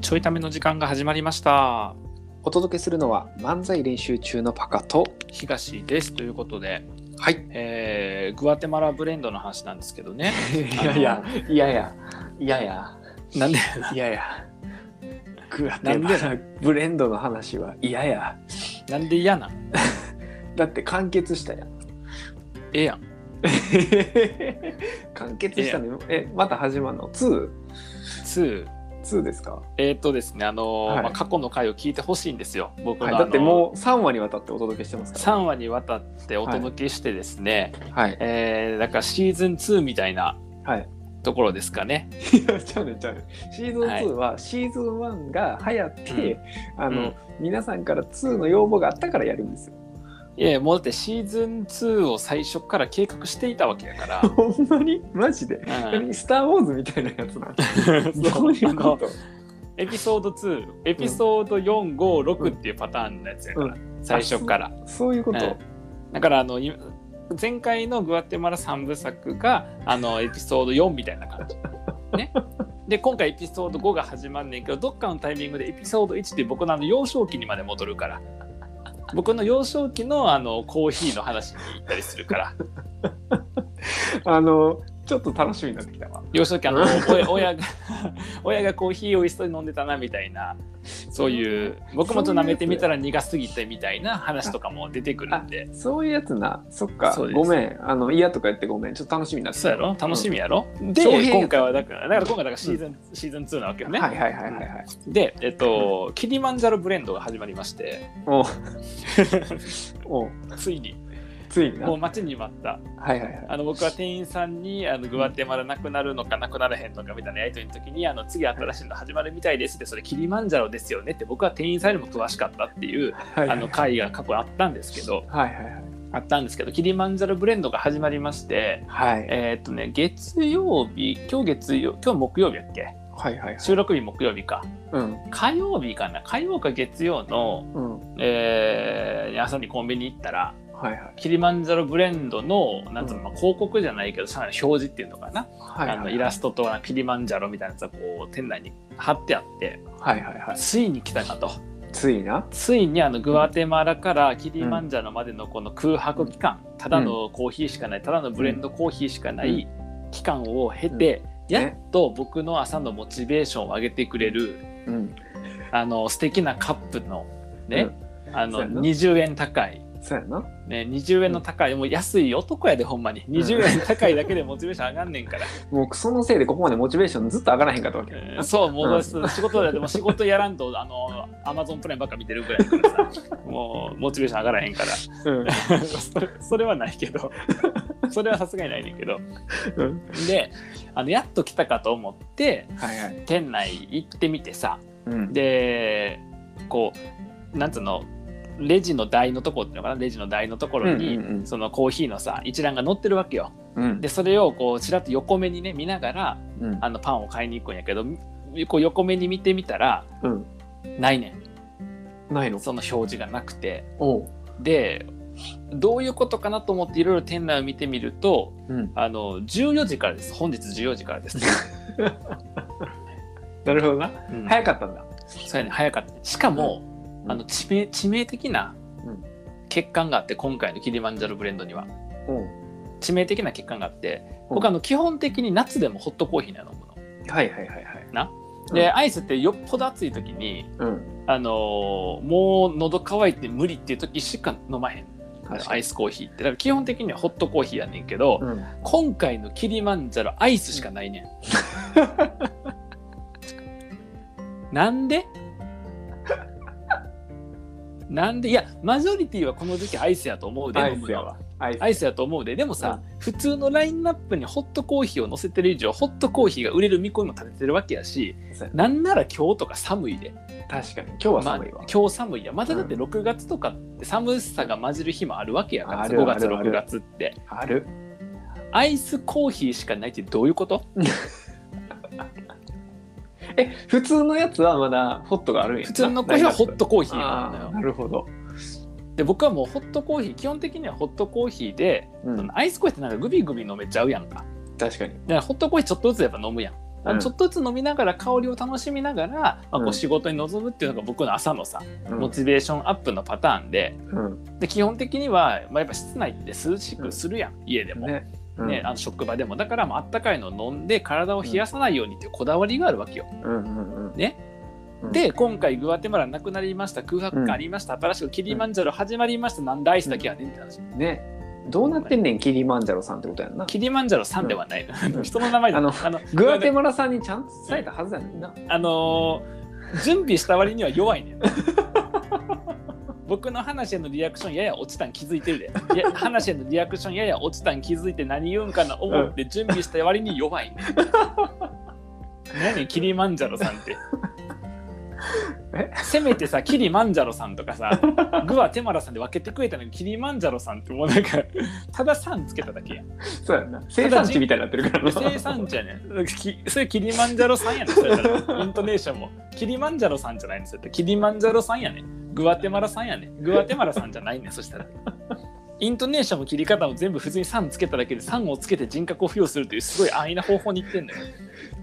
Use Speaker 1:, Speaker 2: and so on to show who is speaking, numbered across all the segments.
Speaker 1: ちょいための時間が始まりました。
Speaker 2: お届けするのは漫才練習中のパカと
Speaker 1: 東ですということで、
Speaker 2: はい
Speaker 1: えーグアテマラブレンドの話なんですけどね。
Speaker 2: いやいやいやいやいやいや
Speaker 1: なんで
Speaker 2: いやいやグアテマラブレンドの話はいやいや
Speaker 1: なんで嫌なん
Speaker 2: だって完結した やん
Speaker 1: ええやん。
Speaker 2: 完結したのよえまた始まるの 2?
Speaker 1: 2。
Speaker 2: 2ですか
Speaker 1: えーっとですね、あのー
Speaker 2: はい
Speaker 1: まあ、過去の回を聞いてほしいんですよ。僕の、
Speaker 2: はい、
Speaker 1: あの
Speaker 2: だってもう3話にわたってお届けしてますか
Speaker 1: 3話にわたってお届けしてですね、
Speaker 2: ら はい
Speaker 1: えー、だからシーズン2みたいな
Speaker 2: はい
Speaker 1: ところですかね。
Speaker 2: いやちゃうねちゃうねシーズン2はシーズン1が流行って、あの、
Speaker 1: うん
Speaker 2: 皆さんから2の要望があったからやるんですよ
Speaker 1: いやいやもうだってシーズン2を最初から計画していたわけやから。
Speaker 2: ほんまにマジで、
Speaker 1: うん
Speaker 2: 何スター・ウォーズみたいなやつなん どうい
Speaker 1: あ
Speaker 2: う
Speaker 1: の
Speaker 2: こと
Speaker 1: エピソード2エピソード456っていうパターンのやつやから、
Speaker 2: う
Speaker 1: 最初から
Speaker 2: そういうこと、
Speaker 1: うんだからあのい前回のグアテマラ3部作があのエピソード4みたいな感じねで今回エピソード5が始まんねんけどどっかのタイミングでエピソード1っていう僕のあの幼少期にまで戻るから僕の幼少期のあのコーヒーの話に行ったりするから
Speaker 2: あのちょっと楽しみになってきたわ
Speaker 1: 幼少期あ の親親が親がコーヒーを急いで飲んでたなみたいなそういう僕もちょっと舐めてみたら苦すぎてみたいな話とかも出てくるんで
Speaker 2: そういうやつなそっか
Speaker 1: そうです
Speaker 2: ごめんあの嫌とか言ってごめんちょっと楽しみになってき
Speaker 1: そう
Speaker 2: た
Speaker 1: やろ楽しみやろ、
Speaker 2: ん
Speaker 1: で
Speaker 2: 長編や
Speaker 1: 今回はだからだから今回だからシーズン、シーズン2なわけよね、
Speaker 2: はいはいはいはいはい
Speaker 1: でえっとキリマンジャロブレンドが始まりまして
Speaker 2: おうおう
Speaker 1: ついに
Speaker 2: ついにな
Speaker 1: もう
Speaker 2: はい
Speaker 1: 待ちに待った
Speaker 2: はいはい
Speaker 1: あの僕は店員さんにあのグアテマラなくなるのかなくならへんのかみたいなやり取りの時にあの次新しいの始まるみたいですってそれキリマンジャロですよねって僕は店員さんよりも詳しかったっていう
Speaker 2: はいは
Speaker 1: あ
Speaker 2: い
Speaker 1: の会が過去あったんですけど
Speaker 2: はいはい
Speaker 1: あったんですけどキリマンジャロブレンドが始まりまして
Speaker 2: はいはい
Speaker 1: えーっとね月曜日今日月曜今日木曜日やっけ
Speaker 2: はいはい
Speaker 1: 収録日木曜日か
Speaker 2: うん
Speaker 1: 火曜日かな火曜か月曜の、
Speaker 2: うん
Speaker 1: えー朝にコンビニ行ったら
Speaker 2: はいはい
Speaker 1: キリマンジャロブレンドのなんつうの、まあ広告じゃないけどさらに表示っていうのかな、
Speaker 2: はいはい
Speaker 1: あのイラストとキリマンジャロみたいなやつがこう店内に貼ってあって
Speaker 2: はいはいはい
Speaker 1: ついに来たなと
Speaker 2: ついな
Speaker 1: ついにあのグアテマラからキリマンジャロまでのこの空白期間、ただのコーヒーしかないただのブレンドコーヒーしかない期間を経て、
Speaker 2: うん
Speaker 1: やっと僕の朝のモチベーションを上げてくれる
Speaker 2: うん
Speaker 1: あの素敵なカップのね、あの
Speaker 2: そうやな
Speaker 1: 20円高い。
Speaker 2: そうやな
Speaker 1: ね、20円の高い、もう安い男やでほんまに20円高いだけでモチベーション上がんねん から、
Speaker 2: もうそのせいでここまでモチベーションずっと上がらへんかったわけや
Speaker 1: うんそうもう、仕事だでも仕事やらんとあのアマゾンプライムばっか見てるぐらいだからさもうモチベーション上がらへんから
Speaker 2: うん
Speaker 1: それそれはないけど それはさすがにないねんけど
Speaker 2: うん
Speaker 1: であのやっと来たかと思って
Speaker 2: はいはい
Speaker 1: 店内行ってみてさ
Speaker 2: うん
Speaker 1: でこうなんつうのレジの台のとこっていうのかなレジの台のところに、
Speaker 2: うんうんうん
Speaker 1: そのコーヒーのさ一覧が載ってるわけよ
Speaker 2: うん
Speaker 1: でそれをこうちらっと横目にね見ながら
Speaker 2: うん
Speaker 1: あのパンを買いに行くんやけどこう横目に見てみたら
Speaker 2: うん
Speaker 1: ないね
Speaker 2: ないの
Speaker 1: んその表示がなくて
Speaker 2: おう
Speaker 1: でどういうことかなと思っていろいろ店内を見てみると
Speaker 2: うん
Speaker 1: あの14時からです本日14時からです、
Speaker 2: なるほどな
Speaker 1: うん
Speaker 2: 早かったんだ
Speaker 1: そうやね早かったしかも、
Speaker 2: うん
Speaker 1: あの致命致命的な
Speaker 2: うん
Speaker 1: 欠陥があって今回のキリマンジャロブレンドには
Speaker 2: おう
Speaker 1: 致命的な欠陥があって
Speaker 2: うん
Speaker 1: 僕あの基本的に夏でもホットコーヒーなの飲むの
Speaker 2: はいはいはいはい
Speaker 1: な
Speaker 2: うん
Speaker 1: でアイスってよっぽど暑い時に
Speaker 2: うん
Speaker 1: あのーもう喉乾いて無理っていう時しか飲まへん
Speaker 2: 確か
Speaker 1: ア
Speaker 2: に
Speaker 1: イスコーヒーってだから基本的にはホットコーヒーやねんけど、
Speaker 2: うん
Speaker 1: 今回のキリマンジャロアイスしかないねん。なんでなんでいやマジョリティはこの時期アイスやと思うで
Speaker 2: ア
Speaker 1: 飲
Speaker 2: イ
Speaker 1: む
Speaker 2: スや
Speaker 1: のは
Speaker 2: わアイス
Speaker 1: アイスやと思うででもさ、普通のラインナップにホットコーヒーを載せてる以上ホットコーヒーが売れる見込みも立ててるわけやし
Speaker 2: そうや
Speaker 1: なんなら今日とか寒いで
Speaker 2: 確かに今日は寒いわ
Speaker 1: まあ、今日寒いやまだだって6月とかって寒さが混じる日もあるわけやから
Speaker 2: あ
Speaker 1: さ
Speaker 2: る
Speaker 1: 5月
Speaker 2: あるある
Speaker 1: 6月って
Speaker 2: ある
Speaker 1: アイスコーヒーしかないってどういうこと
Speaker 2: え普通のやつはまだホットがあるんやな
Speaker 1: 普通のコーヒーはホットコーヒーなの
Speaker 2: ああ
Speaker 1: よ
Speaker 2: なるほど
Speaker 1: で僕はもうホットコーヒー基本的にはホットコーヒーで、
Speaker 2: うん
Speaker 1: アイスコーヒーってなんかグビグビ飲めちゃうやんかだか
Speaker 2: 確かに
Speaker 1: らホットコーヒーちょっとずつやっぱ飲むやんあ
Speaker 2: うん
Speaker 1: のちょっとずつ飲みながら香りを楽しみながら、まあ、こ
Speaker 2: うん
Speaker 1: う仕事に臨むっていうのが僕の朝のさ、
Speaker 2: うん
Speaker 1: モチベーションアップのパターンで
Speaker 2: うん
Speaker 1: で基本的には、まあ、やっぱ室内って涼しくするやん、家でも、ね
Speaker 2: ねうん
Speaker 1: あの職場でもだからまああったかいのを飲んで体を冷やさないようにっていうこだわりがあるわけよ。
Speaker 2: うんうんうん
Speaker 1: ね
Speaker 2: うん
Speaker 1: で今回グアテマラなくなりました空白感ありました、新しくキリマンジャロ始まりましたなんでアイスだけやねんって話、
Speaker 2: ねどうなってんねんキリマンジャロさんってことやんな
Speaker 1: キリマンジャロさんではない、
Speaker 2: うん
Speaker 1: 人の名前で
Speaker 2: あの
Speaker 1: あの
Speaker 2: グアテマラさんにちゃんと伝えたはずやねんな
Speaker 1: あのー準備した割には弱いねん僕の話へのリアクションやや落ちたん気づいてるでいや話へのリアクションやや落ちたん気づいて何言うんかな思って準備した割に弱いねん何キリマンジャロさんって
Speaker 2: え
Speaker 1: せめてさキリマンジャロさんとかさグアテマラさんで分けてくれたのにキリマンジャロさんってもうなんかただ「さん」つけただけやん
Speaker 2: そうやんな生産地みたいになってるからな
Speaker 1: 生産地やねんきそれキリマンジャロさんやねんそれからイントネーションもキリマンジャロさんじゃないんですよキリマンジャロさんやねんグアテマラさんやねんグアテマラさんじゃないねんそしたらイントネーションも切り方も全部普通に「さん」つけただけで「さん」をつけて人格を付与するというすごい安易な方法にいってんのよ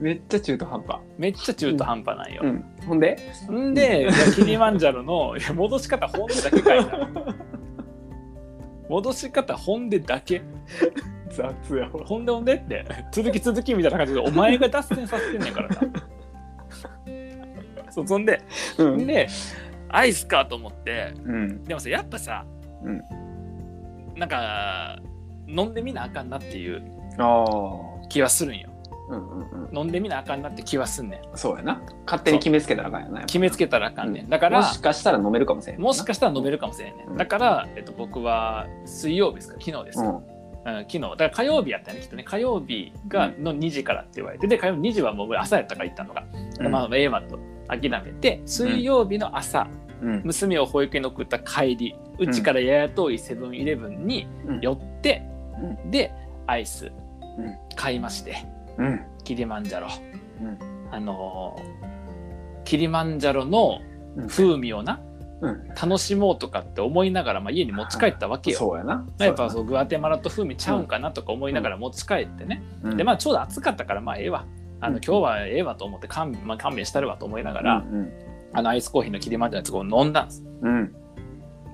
Speaker 2: めっちゃ中途半端
Speaker 1: めっちゃ中途半端なんよ、
Speaker 2: んほんで
Speaker 1: んで、いやキリマンジャロのいや戻し方本でだけかいな戻し方本でだけ
Speaker 2: 雑やわ
Speaker 1: ほんでほんでって続き続きみたいな感じでお前が脱線させてんねん からなそうそんで、
Speaker 2: うん
Speaker 1: でアイスかと思って
Speaker 2: うん
Speaker 1: でもさやっぱさ、
Speaker 2: うん
Speaker 1: なんか飲んでみなあかんなっていう
Speaker 2: ああ
Speaker 1: 気はするんよ
Speaker 2: うんうんうん
Speaker 1: 飲んでみなあかんなって気はすんねん
Speaker 2: そうやな勝手に決めつけたらあかんやな
Speaker 1: 決めつけたらあかんね
Speaker 2: うん
Speaker 1: だから
Speaker 2: もしかしたら飲めるかもしれんない
Speaker 1: もしか
Speaker 2: し
Speaker 1: したら飲めるかもしれんね
Speaker 2: うん
Speaker 1: んだから、えっと、僕は水曜日ですか昨日です
Speaker 2: う
Speaker 1: か、
Speaker 2: ん
Speaker 1: うん、昨日だから火曜日やったよねきっとね火曜日がの2時からって言われてで火曜日2時はもう朝やったから行ったのが、
Speaker 2: うん
Speaker 1: まあええわと諦めて水曜日の朝、
Speaker 2: うん
Speaker 1: 娘を保育園に送った帰りうちからやや遠いセブンイレブンに
Speaker 2: うん
Speaker 1: 寄って、
Speaker 2: う
Speaker 1: でアイス
Speaker 2: うん
Speaker 1: 買いまして
Speaker 2: うん
Speaker 1: キリマンジャロ、
Speaker 2: うん
Speaker 1: あのーキリマンジャロの
Speaker 2: うん
Speaker 1: 風味をな、
Speaker 2: うん
Speaker 1: 楽しもうとかって思いながら、まあ、家に持ち帰ったわけよ。
Speaker 2: そうやな
Speaker 1: やっぱそうグアテマラと風味ちゃうんかなとか思いながら持ち帰ってね、
Speaker 2: うん
Speaker 1: でまあちょうど暑かったからまあええわあ
Speaker 2: う
Speaker 1: の
Speaker 2: ん
Speaker 1: 今日はええわと思って勘,、まあ、勘弁したるわと思いながら、
Speaker 2: うん
Speaker 1: あのアイスコーヒーのキリマンジャロのやつを飲んだんです、
Speaker 2: うん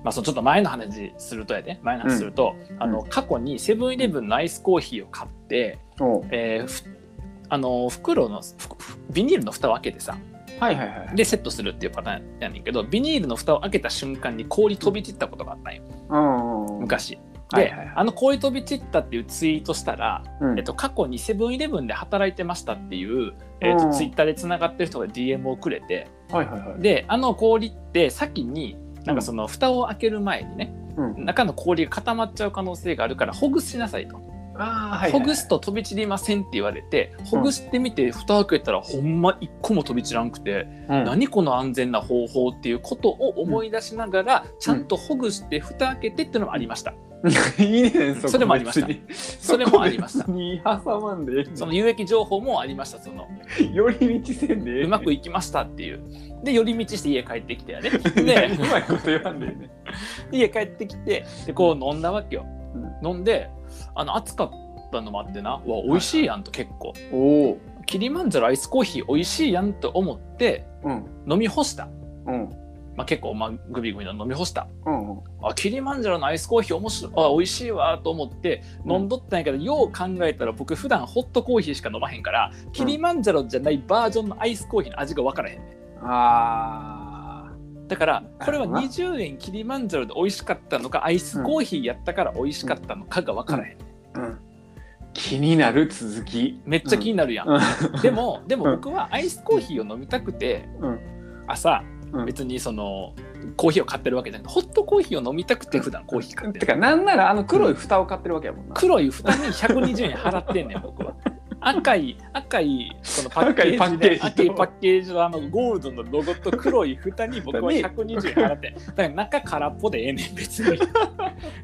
Speaker 1: まあ、そのちょっと前の話するとやで前の話すると、あの過去にセブンイレブンのアイスコーヒーを買って、
Speaker 2: おう
Speaker 1: えーふあの袋のふふビニールの蓋を開けてさ
Speaker 2: はいはいはい
Speaker 1: でセットするっていうパターンやねんけどビニールの蓋を開けた瞬間に氷飛び散ったことがあったんよ
Speaker 2: うんうんうん
Speaker 1: 昔。で、
Speaker 2: はいはいはい
Speaker 1: あの氷飛び散ったっていうツイートしたら、
Speaker 2: うん
Speaker 1: えっと、過去にセブンイレブンで働いてましたっていう、えっ
Speaker 2: うん
Speaker 1: と、ツイッターでつながってる人が DM をくれて
Speaker 2: はいはいはい
Speaker 1: であの氷って先になんかその蓋を開ける前にね、
Speaker 2: うん
Speaker 1: 中の氷が固まっちゃう可能性があるからほぐしなさいと、
Speaker 2: ああはい
Speaker 1: ほぐすと飛び散りませんって言われてほぐしてみて蓋を開けたらほんま一個も飛び散らんくて、
Speaker 2: 何
Speaker 1: 何この安全な方法っていうことを思い出しながら、ちゃんとほぐして蓋開けてっていうのもありました。
Speaker 2: いいねこ
Speaker 1: それもありました
Speaker 2: 別に
Speaker 1: それもありました
Speaker 2: そこ別に挟まんでええ
Speaker 1: その有益情報もありましたその
Speaker 2: 寄り道せんでええ
Speaker 1: うまくいきましたっていうで寄り道して家帰ってきて やね
Speaker 2: ね
Speaker 1: で
Speaker 2: うまいこと言わんでええね
Speaker 1: 家帰ってきてでこう飲んだわけよ、
Speaker 2: う
Speaker 1: 飲んであの暑かったのもあってなうわ美味しいやんと結構
Speaker 2: おお
Speaker 1: キリマンジャロアイスコーヒー美味しいやんと思って
Speaker 2: うん
Speaker 1: 飲み干した、
Speaker 2: うん
Speaker 1: まあ、結構、まあ、グビグビの飲み干した
Speaker 2: うんうん
Speaker 1: あキリマンジャロのアイスコーヒー面白いあ美味しいわと思って飲んどったんやけど、よう考えたら僕普段ホットコーヒーしか飲まへんからキリマンジャロじゃないバージョンのアイスコーヒーの味が分からへんね
Speaker 2: あ
Speaker 1: だからこれは
Speaker 2: なる
Speaker 1: 20円キリマンジャロで美味しかったのかアイスコーヒーやったから美味しかったのかが分からへん、
Speaker 2: あ、うん、気になる続き
Speaker 1: めっちゃ気になるやん、でもでも僕はアイスコーヒーを飲みたくて、
Speaker 2: うん
Speaker 1: 朝
Speaker 2: うん
Speaker 1: 別にそのコーヒーを買ってるわけじゃなくてホットコーヒーを飲みたくて普段コーヒー買って
Speaker 2: て
Speaker 1: る
Speaker 2: かなんならあの黒い蓋を買ってるわけやもんな、
Speaker 1: 黒い蓋に120円払ってんねん僕は。赤い赤いそのパッケージで
Speaker 2: 赤いパッケージと
Speaker 1: 赤いパッケージのあのゴールドのロゴと黒い蓋に僕は120円払ってんだから中空っぽでええねん別に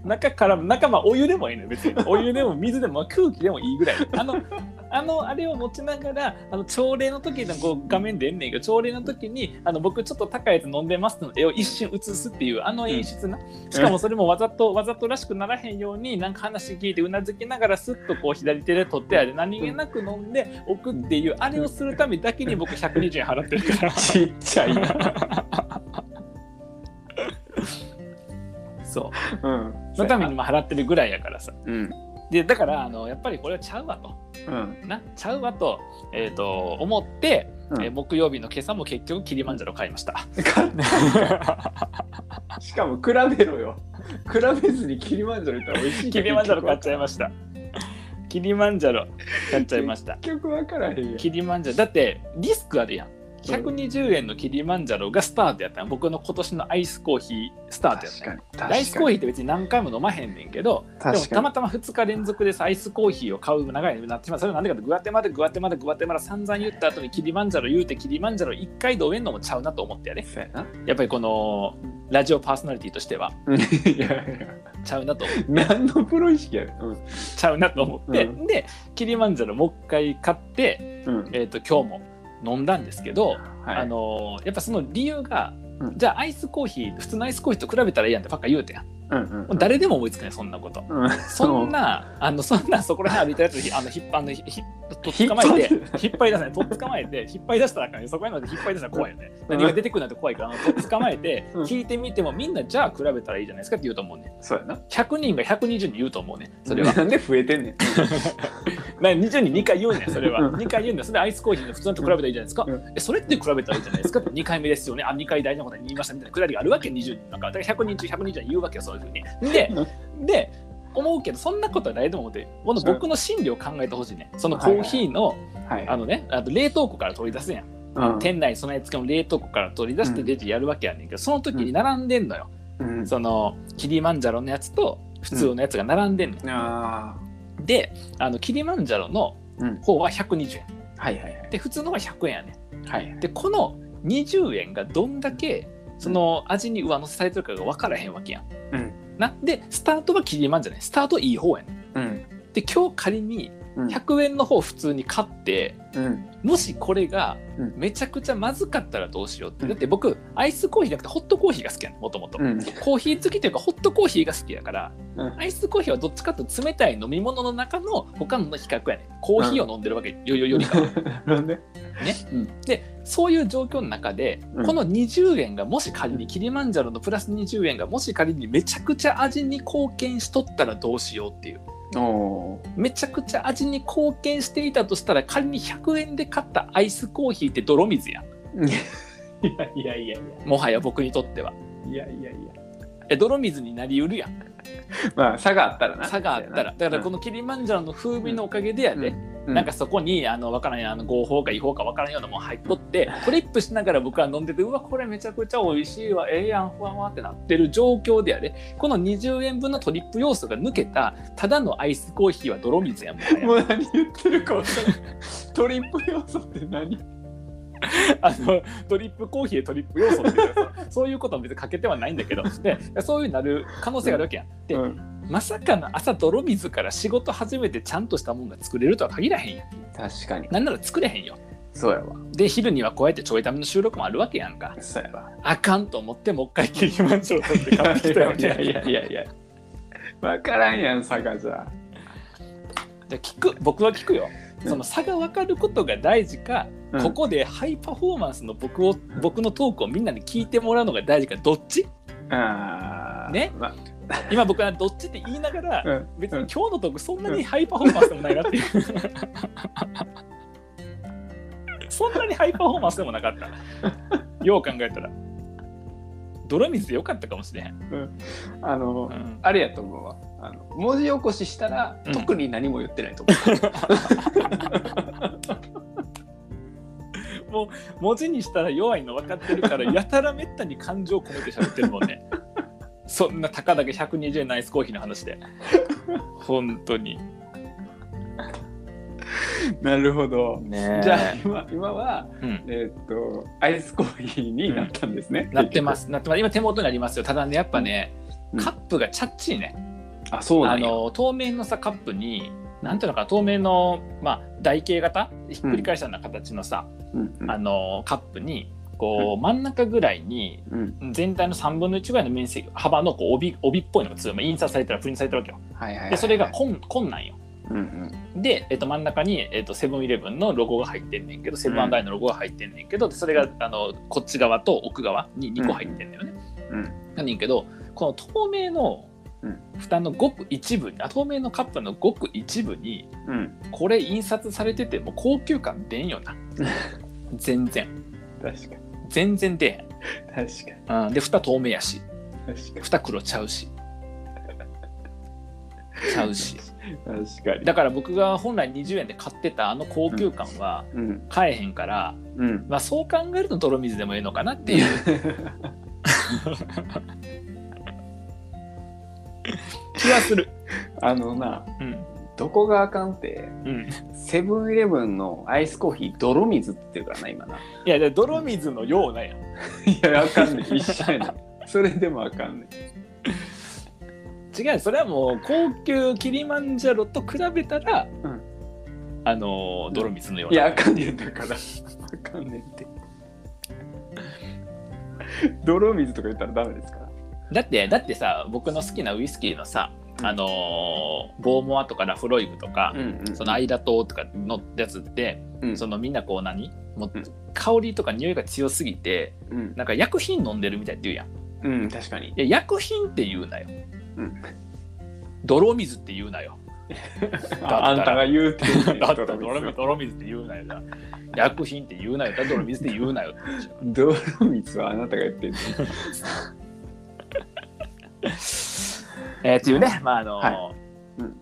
Speaker 1: 中から中まあお湯でもいいのよ別にお湯でも水でも空気でもいいぐらいあのあのあれを持ちながらあの朝礼の時のこう画面でんねんけど朝礼の時にあの僕ちょっと高いやつ飲んでますの絵を一瞬映すっていうあの演出な、しかもそれもわざとわざとらしくならへんようになんか話聞いてうなずきながらスッとこう左手で取ってあれ何気なく飲んでおくっていうあれをするためだけに僕120円払ってる から。
Speaker 2: ちっちゃいな。
Speaker 1: そう
Speaker 2: うん。
Speaker 1: そのためにも払ってるぐらいやからさ
Speaker 2: うん。
Speaker 1: でだからあのやっぱりこれはちゃうわと
Speaker 2: うん。
Speaker 1: なちゃうわと,、えー、と思って、
Speaker 2: うん
Speaker 1: えー木曜日の今朝も結局キリマンジャロ買いました
Speaker 2: しかも比べろよ。比べずにキリマンジャロ行ったら美味し い
Speaker 1: キリマンジャロ買っちゃい
Speaker 2: す。
Speaker 1: ました キリマンジャロ買っちゃいました
Speaker 2: 結局分からへんやん。
Speaker 1: キリマンジャロだってリスクあるやん120円のキリマンジャロがスタートやったん僕の今年のアイスコーヒースタートやったん
Speaker 2: 確かに。
Speaker 1: アイスコーヒーって別に何回も飲まへんねんけどでも
Speaker 2: 確
Speaker 1: た
Speaker 2: かに。
Speaker 1: またま2日連続でさアイスコーヒーを買う長いになってしまうそれはなんでかってグアテマラグアテマラグアテマラ散々言った後にキリマンジャロ言うてキリマンジャロ1回で終えんのもちゃうなと思ってやね
Speaker 2: そうやな。
Speaker 1: やっぱりこのラジオパーソナリティとしてはい
Speaker 2: やいや。
Speaker 1: ちゃうなと思う
Speaker 2: 何のプロ意識やねん。うん
Speaker 1: ちゃうなと思って、
Speaker 2: う
Speaker 1: でキリマンジャロもう1回買って、
Speaker 2: うん。
Speaker 1: えー、と今日も飲んだんですけど、
Speaker 2: はい
Speaker 1: あのやっぱその理由が、
Speaker 2: うん
Speaker 1: じゃあアイスコーヒー普通のアイスコーヒーと比べたらいいやんってばっか言うてやんも
Speaker 2: うんうんう
Speaker 1: うん誰でも思いつかないそんなこと
Speaker 2: うん
Speaker 1: そんな、あの、そんな、そこら辺歩いてるやつ、ひあの、ひっ、あの、ひ、ひとっ
Speaker 2: 引っ
Speaker 1: 捕まえて、
Speaker 2: 張
Speaker 1: 引っ張り出さない、とっ捕まえて、引っ張り出したらあかんよそこら辺まで引っ張り出したら怖いよね。何が出てくるなんて怖いから、あの、とっ捕まえて、
Speaker 2: うん
Speaker 1: 聞いてみても、みんな、じゃあ比べたらいいじゃないですかって言うと思うね。
Speaker 2: そうやな。
Speaker 1: 100人が120人言うと思うね。それは。
Speaker 2: なんで増えてんねん。
Speaker 1: な20人2回言うねん、それは。
Speaker 2: うん
Speaker 1: 2回言うんだそれでアイスコーヒーの普通のと比べたらいいじゃないですか
Speaker 2: うん。
Speaker 1: え、それって比べたらいいじゃないですかって2回目ですよね。あ、2回大事なこと言いましたみたいなくだりがあるわけ、20人なんか。だから100人中120人は言うわけよ、そういうふうに。で、で、思うけど、そんなことは誰でも思って、この僕の心理を考えてほしいね。そのコーヒーの、
Speaker 2: はい。
Speaker 1: あのね、あと冷凍庫から取り出すやん。
Speaker 2: うん
Speaker 1: 店内備え付けの冷凍庫から取り出してレジやるわけやねんけど、その時に並んでんのよ。
Speaker 2: うん
Speaker 1: その、キリマンジャロのやつと、普通のやつが並んでんのよ。
Speaker 2: あ
Speaker 1: で、あの、キリマンジャロの
Speaker 2: うん
Speaker 1: 方は120円。
Speaker 2: あ。はいはいはい。
Speaker 1: で普通のが100円やね
Speaker 2: はい。
Speaker 1: でこの20円がどんだけその味に上乗せされてるかが分からへんわけやん。
Speaker 2: うん。
Speaker 1: なでスタートはキリマンじゃないスタートいい方やねん。
Speaker 2: うん。
Speaker 1: で今日仮に
Speaker 2: うん
Speaker 1: 100円の方普通に買って
Speaker 2: うん。
Speaker 1: もしこれが
Speaker 2: うん
Speaker 1: めちゃくちゃまずかったらどうしようって、
Speaker 2: うん
Speaker 1: だって僕アイスコーヒーじゃなくてホットコーヒーが好きやねんもともと。
Speaker 2: うん。
Speaker 1: コーヒー好きというかホットコーヒーが好きやから、
Speaker 2: うん
Speaker 1: アイスコーヒーはどっちかというと冷たい飲み物の中の他の比較やねんコーヒーを飲んでるわけよよよりかは
Speaker 2: なんで
Speaker 1: でそういう状況の中で、
Speaker 2: うん
Speaker 1: この20円がもし仮にキリマンジャロのプラス20円がもし仮にめちゃくちゃ味に貢献しとったらどうしようっていう
Speaker 2: おお
Speaker 1: めちゃくちゃ味に貢献していたとしたら仮に100円で買ったアイスコーヒーって泥水やん
Speaker 2: ー。いやいやいやい
Speaker 1: もはや僕にとっては
Speaker 2: や。いやいやいや。
Speaker 1: え泥水になりうるやん
Speaker 2: まあ、差があったらな。
Speaker 1: 差があったらだからこのキリマンジャロの風味のおかげでやで、
Speaker 2: うん
Speaker 1: なんかそこにあの分からんあの合法か違法か分からんようなもん入っとってトリップしながら僕は飲んでてうわこれめちゃくちゃ美味しいわええやんふわふわってなってる状況でやでこの20円分のトリップ要素が抜けたただのアイスコーヒーは泥水やもんね
Speaker 2: もう何言ってるか分からない。トリップ要素って何
Speaker 1: あのトリップコーヒーでトリップ要素っていう かさそういうことも別にかけてはないんだけどでそういうなる可能性があるわけやん。で、
Speaker 2: うん
Speaker 1: まさかの朝泥水から仕事始めてちゃんとしたもんが作れるとは限らへんやん。
Speaker 2: 確かに。
Speaker 1: なんなら作れへんよ。
Speaker 2: そうやわ。
Speaker 1: で昼にはこうやってちょいための収録もあるわけやんか。
Speaker 2: そうやわ。
Speaker 1: あかんと思ってもう一回キリマンジャロ取って買ってきたよね
Speaker 2: いやいやいやいや。分からんやん、差がじゃあ。
Speaker 1: で聞く僕は聞くよその差が分かることが大事か、
Speaker 2: うん
Speaker 1: ここでハイパフォーマンスの僕を僕のトークをみんなに聞いてもらうのが大事かどっち
Speaker 2: あー
Speaker 1: ね
Speaker 2: まあ
Speaker 1: 今僕はどっちって言いながら、
Speaker 2: うん
Speaker 1: 別に
Speaker 2: うん
Speaker 1: 今日のトークそんなにハイパフォーマンスでもないなっていうそんなにハイパフォーマンスでもなか ったよう考えたら泥水でよかったかもしれへん、
Speaker 2: あの
Speaker 1: う、ん
Speaker 2: あれやと思うわ。あの文字起こししたら、
Speaker 1: うん
Speaker 2: 特に何も言ってないと思
Speaker 1: 文字にしたら弱いの分かってるからやたらめったに感情込めて喋ってるもん ねそんなたかだけ120円のアイスコーヒーの話で本当に
Speaker 2: う。 なるほど。
Speaker 1: ね
Speaker 2: じゃあ今今は、
Speaker 1: うん
Speaker 2: えーっとアイスコーヒーになったんですね。。
Speaker 1: なってますすなってます今手元にありますよただねやっぱね、
Speaker 2: うん
Speaker 1: カップがチャッチーね
Speaker 2: あそうな
Speaker 1: あ
Speaker 2: んや
Speaker 1: の透明のさカップになんていうのかな透明の、まあ、台形型ひっくり返したような形のさ、
Speaker 2: うんうん
Speaker 1: あのカップにこう真ん中ぐらいに
Speaker 2: うん
Speaker 1: 全体の3分の1ぐらいの面積幅のこう帯帯っぽいのがつまり印刷されたらプリントされてるわけよ。
Speaker 2: はいはいはい
Speaker 1: でそれがこんこんなんよ。
Speaker 2: うんうん
Speaker 1: で、えっと、真ん中に、えっと、セブンイレブンのロゴが入ってんねんけどセブンアイのロゴが入ってんねんけどでそれがあのこっち側と奥側に2個入ってんだよね。
Speaker 2: うん
Speaker 1: なんねんけどこの透明の
Speaker 2: うん
Speaker 1: 蓋のごく一部にあ透明のカップのごく一部に
Speaker 2: うん
Speaker 1: これ印刷されてても高級感出んよ な全然
Speaker 2: 確かに
Speaker 1: 全然出
Speaker 2: 確かに
Speaker 1: えへん、うん、で蓋透明やし
Speaker 2: 確か
Speaker 1: 蓋黒ちゃうしちゃうし
Speaker 2: に確かに
Speaker 1: だから僕が本来20円で買ってたあの高級感は
Speaker 2: うん
Speaker 1: 買えへんから、
Speaker 2: うん
Speaker 1: まあ、そう考えると泥水でもいいのかなっていう 気はする、
Speaker 2: あのな
Speaker 1: うん
Speaker 2: どこがあかんって
Speaker 1: うん、
Speaker 2: セブンイレブンのアイスコーヒー泥水って言うからな今な
Speaker 1: いや、で泥水のようなんや。
Speaker 2: いやあかんねん一緒やねんそれでもあかんねん
Speaker 1: 違う、それはもう高級キリマンジャロと比べたら、
Speaker 2: うん
Speaker 1: あのー泥水のよう
Speaker 2: い
Speaker 1: な。
Speaker 2: やあかんねんだからあかんねんって泥水とか言ったらダメですから
Speaker 1: だって、だってさ、僕の好きなウイスキーのさ、あのーボーモアとかラフロイグとか、
Speaker 2: ん
Speaker 1: そのアイラ島とかのやつって、
Speaker 2: うん
Speaker 1: そのみんなこう何もう
Speaker 2: うん
Speaker 1: 香りとか匂いが強すぎて
Speaker 2: うん
Speaker 1: なんか薬品飲んでるみたいって言うやん
Speaker 2: うん確かに
Speaker 1: いや薬品って言うなよ、
Speaker 2: うん
Speaker 1: 泥水って言うなよったら
Speaker 2: ああんたが言うてん ねん
Speaker 1: だったら
Speaker 2: 泥
Speaker 1: 泥水
Speaker 2: 水
Speaker 1: 泥水って言うなよじゃあ薬品って言うなよだったら泥水って言うなよ って話よ
Speaker 2: 泥水はあなたが言ってんねん
Speaker 1: えーっていうね、まああの
Speaker 2: はいうん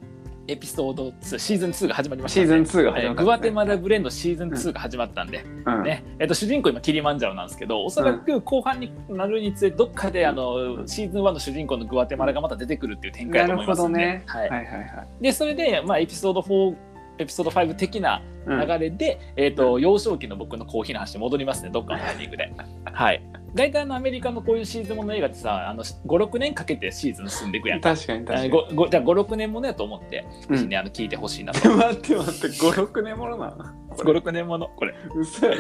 Speaker 1: エピソード2シーズン2が始まりました
Speaker 2: シ
Speaker 1: ね、
Speaker 2: ーズン2が
Speaker 1: え
Speaker 2: 始
Speaker 1: ー
Speaker 2: まった
Speaker 1: グアテマ
Speaker 2: だ
Speaker 1: ラブレンドシーズン2が始まったんで、
Speaker 2: うん
Speaker 1: ねえっと主人公今キリマンジャロなんですけどおそらく後半になるにつれどっかであのシーズン1の主人公のグアテマラがまた出てくるっていう展開だと思いますんで
Speaker 2: なる
Speaker 1: はい
Speaker 2: はいはいはい
Speaker 1: でそれで、まあ、エピソード4エピソード5的な
Speaker 2: うん
Speaker 1: 流れで、えー、と幼少期の僕のコーヒーの話に戻りますねどっかのタイミング で。はい大体あのアメリカのこういうシーズンもの映画ってさ56年かけてシーズン進んでいくやん。
Speaker 2: 確かに確か
Speaker 1: えー
Speaker 2: に
Speaker 1: ごごじゃあ56年ものやと思って、
Speaker 2: う
Speaker 1: ぜひ
Speaker 2: ん
Speaker 1: ね、あの聞いてほしいなと。
Speaker 2: 待って待って56年ものな
Speaker 1: 56年ものこれ、
Speaker 2: の嘘やろ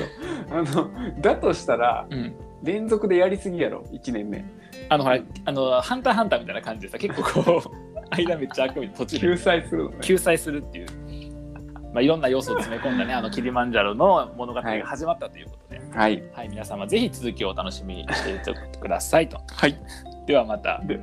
Speaker 2: あのだとしたら
Speaker 1: うん、
Speaker 2: 連続でやりすぎやろ1年目
Speaker 1: あのほらあの「ハンターハンター」みたいな感じでさ結構こう 間めっちゃ悪みたいな途中で
Speaker 2: 救済するのね
Speaker 1: 救済するっていう、まあ、いろんな要素を詰め込んだねあのキリマンジャロの物語が始まったということで、
Speaker 2: はい
Speaker 1: はい、皆様ぜひ続きをお楽しみにしていてくださいと。
Speaker 2: はい
Speaker 1: ではまた。
Speaker 2: で